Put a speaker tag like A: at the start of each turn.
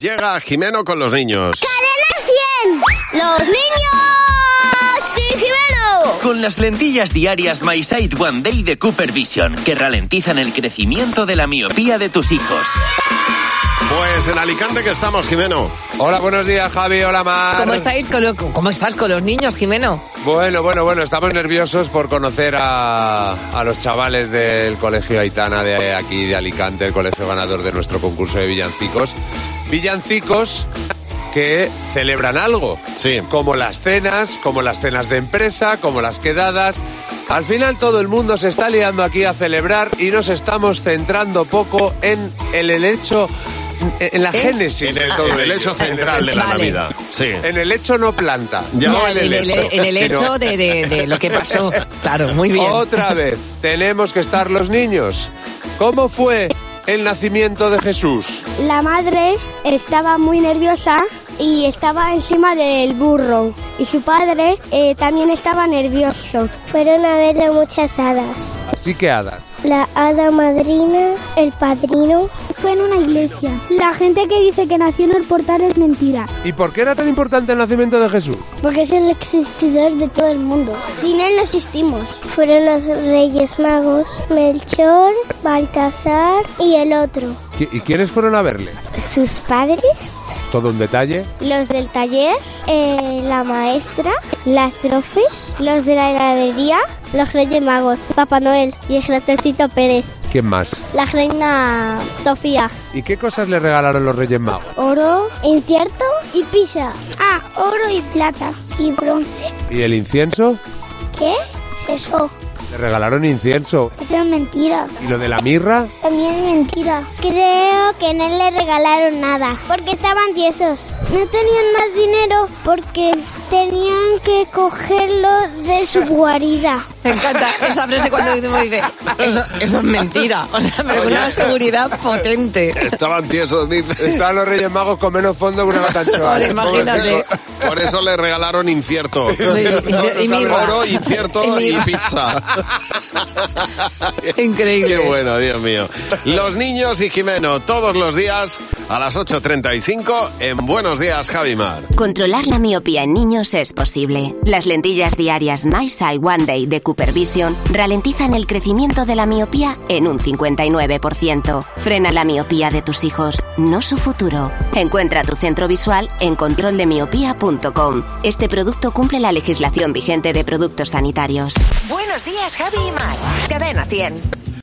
A: Llega Jimeno con los niños.
B: ¡Cadena 100! ¡Los niños! ¡Sí, Jimeno!
C: Con las lentillas diarias My Sight One Day de Cooper Vision, que ralentizan el crecimiento de la miopía de tus hijos.
A: Pues en Alicante que estamos, Jimeno.
D: Hola, buenos días, Javi. Hola, Mar.
E: ¿Cómo estáis con lo- cómo estás con los niños, Jimeno?
D: Bueno, bueno, bueno, estamos nerviosos por conocer a, a los chavales del Colegio Aitana de aquí de Alicante, el colegio ganador de nuestro concurso de villancicos. Villancicos que celebran algo.
A: Sí.
D: Como las cenas, como las cenas de empresa, como las quedadas. Al final todo el mundo se está liando aquí a celebrar y nos estamos centrando poco en el, el hecho, en la génesis
A: En
D: de
A: el,
D: todo
A: en el
D: ello.
A: hecho central de la
E: Vale.
A: Navidad. Sí.
D: En el hecho no planta.
A: Ya
E: No,
A: va en el hecho.
E: en el
D: Si no-
E: hecho de, de- de lo que pasó. Claro, muy bien.
D: Otra vez, tenemos que estar los niños. ¿Cómo fue el nacimiento de Jesús?
B: La madre estaba muy nerviosa y estaba encima del burro. Y su padre eh, también estaba nervioso.
F: Fueron a verle muchas hadas.
D: Así que hadas.
F: La hada madrina, el padrino. Fue en una iglesia. La gente que dice que nació en el portal es mentira,
D: ¿Y por qué era tan importante el nacimiento de Jesús?
F: porque es el existidor de todo el mundo. Sin él no existimos. Fueron los reyes magos, Melchor, Baltasar y el otro.
D: ¿Y quiénes fueron a verle?
F: ¿Sus padres?
D: Todo un detalle.
F: Los del taller, eh, la maestra, las profes, los de la heladería, los reyes magos, Papá Noel y el ratoncito Pérez.
D: ¿Quién más?
F: La reina Sofía.
D: ¿Y qué cosas le regalaron los Reyes Magos?
F: Oro, incierto y pisa. Ah, oro y plata. ¿Y bronce?
D: ¿Y el incienso?
F: ¿Qué? es eso?
D: Le regalaron incienso.
F: Eso es mentira.
D: ¿Y lo de la mirra?
F: También es mentira. Creo que no le regalaron nada. Porque estaban tiesos. No tenían más dinero porque tenían que cogerlo de su guarida.
E: Me encanta esa frase cuando dice, dice, eso, eso es mentira. O sea, pero con una seguridad potente.
A: Estaban tiesos, dice.
D: Estaban los Reyes Magos con menos fondo que una ¿eh? batanchoa.
E: Joder, imagínate.
A: Por eso le regalaron incierto.
E: Y mi
A: Oro, incierto
E: Y
A: y
E: mirra.
A: pizza.
E: Increíble.
A: Qué bueno, Dios mío. Los niños y Jimeno, todos los días a las 8.35 en Buenos Días, Javimar.
G: Controlar la miopía en niños es posible. Las lentillas diarias My Sight One Day de Cooper Vision ralentizan el crecimiento de la miopía en un 59%. Frena la miopía de tus hijos, no su futuro. Encuentra tu centro visual en controldemiopía.com. Este producto cumple la legislación vigente de productos sanitarios.
H: Buenos días, Javi y Mar. Cadena 100.